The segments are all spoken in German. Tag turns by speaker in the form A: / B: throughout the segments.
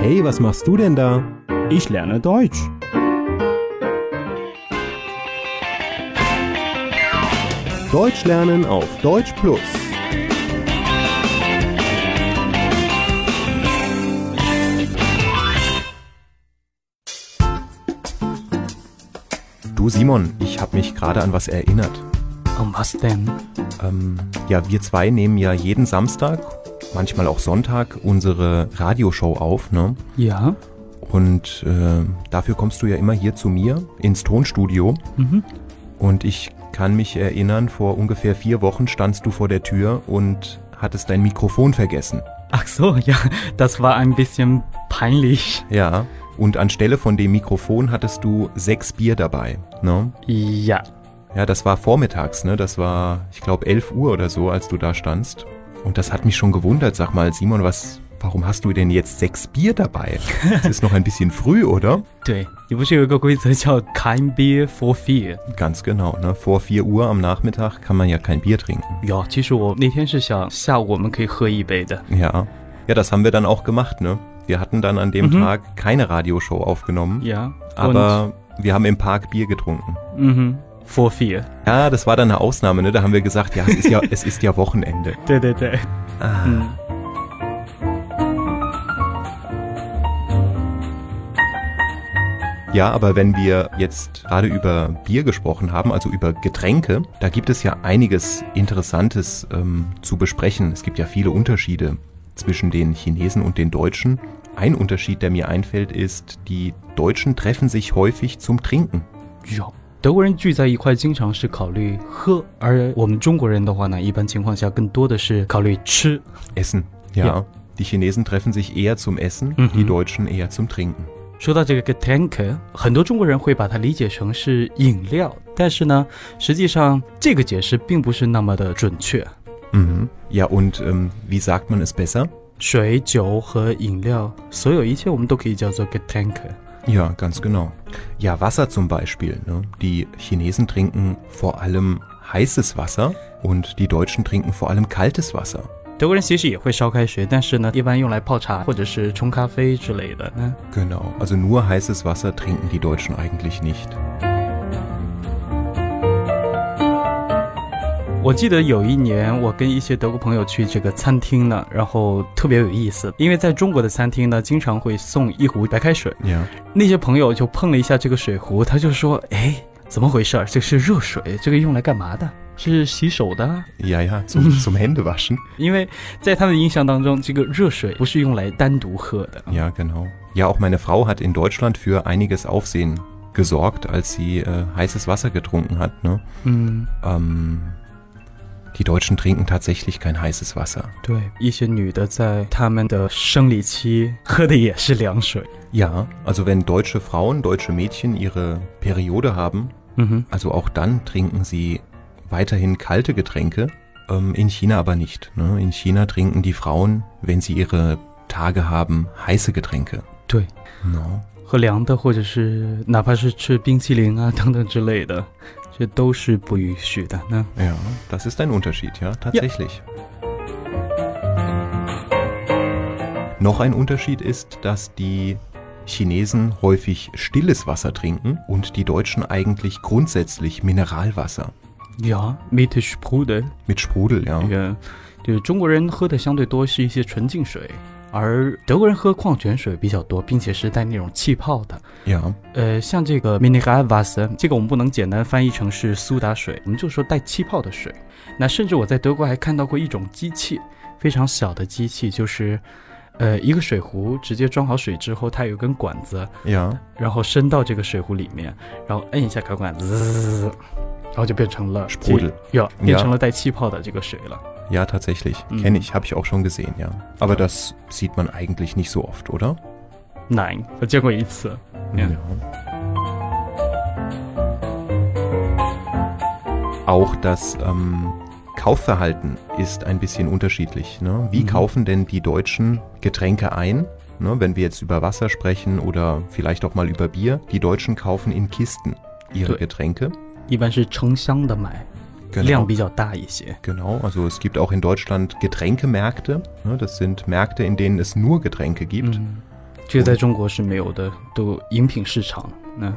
A: Hey, was machst du denn da?
B: Ich lerne Deutsch.
A: Deutsch lernen auf Deutsch Plus. Du Simon, ich habe mich gerade an was erinnert.
B: Um was denn?
A: Ähm, ja, wir zwei nehmen ja jeden Samstag, manchmal auch Sonntag, unsere Radioshow auf, ne?
B: Ja.
A: Und äh, dafür kommst du ja immer hier zu mir ins Tonstudio.
B: Mhm.
A: Und ich kann mich erinnern, vor ungefähr vier Wochen standst du vor der Tür und hattest dein Mikrofon vergessen.
B: Ach so, ja, das war ein bisschen peinlich.
A: Ja. Und anstelle von dem Mikrofon hattest du sechs Bier dabei. Ne?
B: Ja.
A: Ja, das war vormittags, ne? Das war, ich glaube, 11 Uhr oder so, als du da standst. Und das hat mich schon gewundert. Sag mal, Simon, was, warum hast du denn jetzt sechs Bier dabei? Es ist noch ein bisschen früh, oder?
B: 对，你不是有一个规则叫 “kein Bier for fear”？
A: Ganz genau, ne? Vor 4 Uhr am Nachmittag kann man ja kein Bier trinken.
B: 哟，其实我那天是想下午我们可以喝一杯的。
A: Ja. Ja, das haben wir dann auch gemacht, ne? Wir hatten dann an dem
B: Mhm.
A: Tag keine Radioshow aufgenommen,
B: Ja.
A: aber wir haben im Park Bier getrunken.
B: und, mhm for fear。
A: Ja, das war dann eine Ausnahme, ne? Da haben wir gesagt, ja, es ist ja, es ist ja Wochenende.
B: 对对对。
A: Ah.
B: 嗯。
A: Ja, aber wenn wir jetzt gerade über Bier gesprochen haben, also über Getränke, da gibt es ja einiges Interessantes ähm, zu besprechen. Es gibt ja viele Unterschiede zwischen den Chinesen und den Deutschen. Ein Unterschied, der mir einfällt, ist, die Deutschen treffen sich häufig zum Trinken.
B: 有。德国人聚在一块，经常是考虑喝，而我们中国人的话呢，一般情况下更多的是考虑吃。
A: Essen. Ja.
B: Ja.
A: Die Chinesen treffen sich eher zum Essen,
B: Mhm.
A: die Deutschen eher zum Trinken.
B: 说到这个 getränke，很多中国人会把它理解成是饮料，但是呢，实际上这个解释并不是那么的准确。
A: Mhm. Ja, und ähm, wie sagt man es besser?
B: 水、酒和饮料，所有一切我们都可以叫做 getränke。
A: Ja, ganz genau. Ja, Wasser zum Beispiel. Ne? Die Chinesen trinken vor allem heißes Wasser und die Deutschen trinken vor allem kaltes Wasser.
B: 德国人其实也会烧开水，但是呢，一般用来泡茶或者是冲咖啡之类的。嗯，
A: Genau. Also nur heißes Wasser trinken die Deutschen eigentlich nicht.
B: 我记得有一年，我跟一些德国朋友去这个餐厅呢，然后特别有意思，因为在中国的餐厅呢，经常会送一壶白开水。
A: Ja.
B: 那些朋友就碰了一下这个水壶，他就说：“哎，怎么回事儿？这是热水，这个用来干嘛的？是洗手的啊。
A: Ja, ja, zum, zum Händewaschen. ”
B: 因为在他们的印象当中，这个热水不是用来单独喝的。
A: Ja, genau. Ja, auch meine Frau hat in Deutschland für einiges Aufsehen gesorgt, als sie äh, heißes Wasser getrunken hat. Ne?
B: 嗯，
A: Ähm, die Deutschen trinken tatsächlich kein heißes Wasser.
B: 对，一些女的在她们的生理期喝的也是凉水。
A: Ja, also wenn deutsche Frauen, deutsche Mädchen ihre Periode haben,
B: 嗯哼，
A: also auch dann trinken sie weiterhin kalte Getränke, ähm, in China aber nicht. Ne? In China trinken die Frauen, wenn sie ihre Tage haben, heiße Getränke.
B: 对，
A: No.
B: 喝凉的，或者是哪怕是吃冰淇淋啊等等之类的，这都是不允许的。那
A: Ja, das ist ein Unterschied, ja, tatsächlich. Noch ein Unterschied ist, dass die Chinesen häufig stilles Wasser trinken und die Deutschen eigentlich grundsätzlich Mineralwasser.
B: 呀 m i t i s h p r u d e
A: Mit Sprudel, ja.
B: 也就是中国人喝的相对多是一些纯净水，而德国人喝矿泉水比较多，并且是带那种气泡的。
A: Ja,
B: 呃，像这个 Mineralwasser，这个我们不能简单翻译成是苏打水，我们就说带气泡的水。那甚至我在德国还看到过一种机器，非常小的机器，就是呃一个水壶，直接装好水之后，它有根管子，
A: ja.
B: 然后伸到这个水壶里面，然后摁一下开关，滋，然后就变成了
A: Sprudel
B: 哟，变成了带气泡的这个水了。
A: Ja, tatsächlich.
B: Mhm.
A: Kenne ich, habe ich auch schon gesehen, ja. Aber
B: Ja.
A: das sieht man eigentlich nicht so oft, oder?
B: Nein，我见过一次。Ja.
A: Auch das ähm, Kaufverhalten ist ein bisschen unterschiedlich. Ne? Wie
B: Mhm.
A: kaufen denn die Deutschen Getränke ein? Ne, wenn wir jetzt über Wasser sprechen oder vielleicht auch mal über Bier, die Deutschen kaufen in Kisten ihre
B: Du-
A: Getränke.
B: 一般是成箱的买，
A: Genau.
B: 量比较大一些。
A: Genau, also es gibt auch in Deutschland Getränkemärkte. Ne? Das sind Märkte, in denen es nur Getränke gibt.
B: 嗯，这个在中国是没有的，都饮品市场，那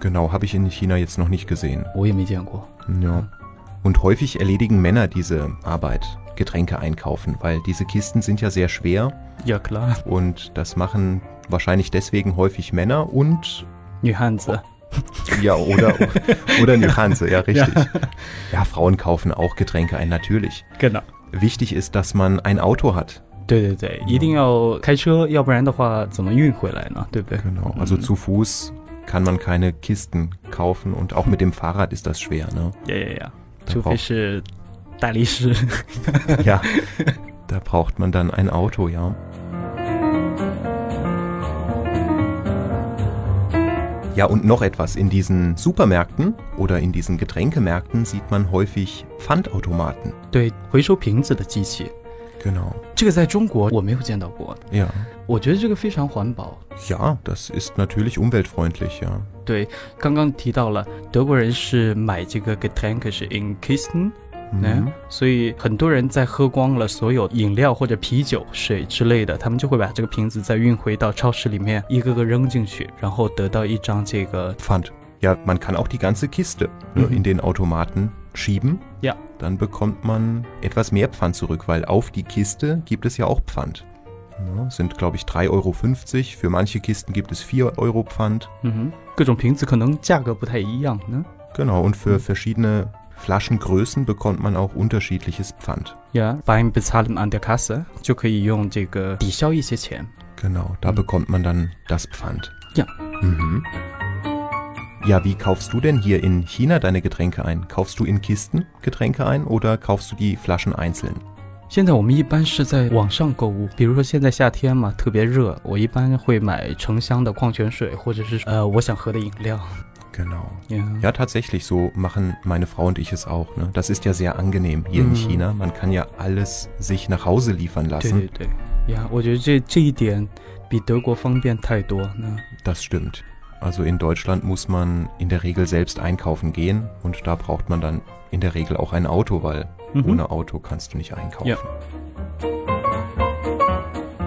A: Genau, habe ich in China jetzt noch nicht gesehen.
B: 我也没见过。
A: Ja. Und häufig erledigen Männer diese Arbeit, Getränke einkaufen, weil diese Kisten sind ja sehr schwer
B: Ja klar，
A: und das machen wahrscheinlich deswegen häufig Männer und
B: 女汉子，
A: ja oder oder Nuchance, ja richtig. ja, Frauen kaufen auch Getränke ein natürlich.
B: 跟哪？
A: Wichtig ist, dass man ein Auto hat.
B: 对对对，一定要开车，要不然的话怎么运回来呢？对不对？
A: Genau. Also zu Fuß kann man keine Kisten kaufen und auch mit dem Fahrrad ist das schwer. Ne?
B: 呀呀呀，
A: Da
B: 除非
A: braucht,
B: 是大力士。
A: ja, da braucht man dann ein Auto, ja. Ja, und noch etwas. In diesen Supermärkten oder in diesen Getränkemärkten sieht man häufig Pfandautomaten.
B: 对，回收瓶子的机器，
A: Genau.
B: 这个在中国我没有见到过，
A: Ja.
B: 我觉得这个非常环保。
A: Ja, das ist natürlich umweltfreundlich, ja.
B: 对，刚刚提到了德国人是买这个 Getränk 是 in Kisten，嗯，
A: Mhm.
B: 所以很多人在喝光了所有饮料或者啤酒、水之类的，他们就会把这个瓶子再运回到超市里面，一个个扔进去，然后得到一张这个
A: Pfand. Ja, man kann auch die ganze Kiste ne,
B: Mhm.
A: in den Automaten schieben.
B: Ja.
A: Dann bekommt man etwas mehr Pfand zurück, weil auf die Kiste gibt es ja auch Pfand. Ja, sind, glaube ich, 3,50 Euro. Für manche Kisten gibt es 4 Euro Pfand.
B: 嗯哼，各种瓶子可能价格不太一样呢。
A: Genau, und für
B: Mhm.
A: verschiedene Flaschengrößen bekommt man auch unterschiedliches Pfand.
B: Ja, beim Bezahlen an der Kasse 就可以用这个抵消一些钱。
A: Genau, da
B: Mhm.
A: bekommt man dann das Pfand.
B: Ja.
A: Mhm. Ja, wie kaufst du denn hier in China deine Getränke ein? Kaufst du in Kisten Getränke ein oder kaufst du die Flaschen einzeln?
B: 现在我们一般是在网上购物，比如说现在夏天嘛，特别热，我一般会买成箱的矿泉水，或者是呃我想喝的饮料。
A: Genau.
B: Yeah.
A: Ja, tatsächlich, so machen meine Frau und ich es auch. Ne? Das ist ja sehr angenehm hier
B: Mhm.
A: in China. Man kann ja alles sich nach Hause liefern
B: 对
A: lassen.
B: 对对，呀，我觉得这这一点比德国方便太多。那
A: Das stimmt. Also in Deutschland muss man in der Regel selbst einkaufen gehen und da braucht man dann in der Regel auch ein Auto, weil
B: 嗯哼
A: ohne Auto kannst du nicht einkaufen.
B: Mhm. Ja.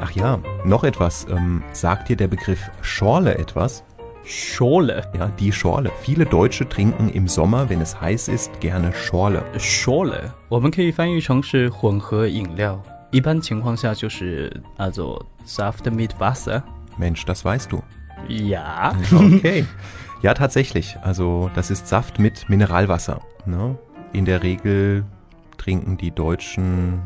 A: Ach ja, noch etwas. Ähm, sagt dir der Begriff Schorle etwas?
B: Schorle
A: Ja, die Schorle. Viele Deutsche trinken im Sommer, wenn es heiß ist, gerne Schorle.
B: Schorle，我们可以翻译成是混合饮料。一般情况下就是啊，做 soft meat Wasser。
A: Mensch, das weißt du.
B: 呀，
A: Okay. ja, tatsächlich. Also das ist Saft mit Mineralwasser. Ne? In der Regel trinken die Deutschen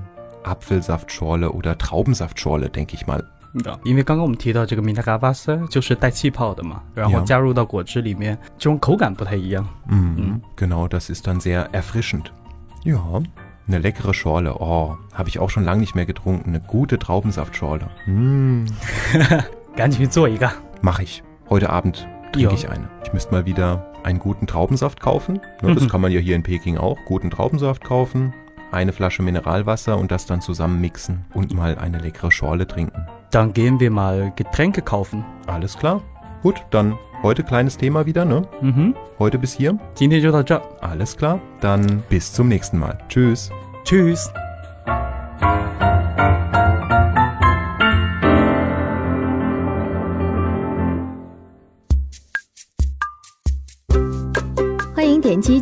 A: Apfelsaftschorle oder Traubensaftschorle, denke ich mal.
B: 因为刚刚我们提到这个 m i n a g a v a s a 就是带气泡的嘛，然后
A: Yeah.
B: 加入到果汁里面，这种口感不太一样。Mhm.
A: Genau, das ist dann sehr erfrischend. Ja, eine leckere Schorle. Oh, habe ich auch schon lange nicht mehr getrunken. Eine gute Traubensaftschorle. Mm,
B: 赶紧去做一个。
A: Mache ich. Heute Abend trinke
B: Ja.
A: ich eine. Ich müsste mal wieder einen guten Traubensaft kaufen. Ne,
B: Mhm.
A: Das kann man ja hier in Peking auch. Guten Traubensaft kaufen, eine Flasche Mineralwasser und das dann zusammen mixen und mal eine leckere Schorle trinken.
B: Dann gehen wir mal Getränke kaufen。
A: Alles klar. Gut, dann heute kleines Thema wieder, ne?
B: 嗯哼，
A: Heute bis hier.
B: 今天就到这儿
A: Alles klar. Dann bis zum nächsten Mal. Tschüss.
B: ，Cheers。
C: 欢迎点击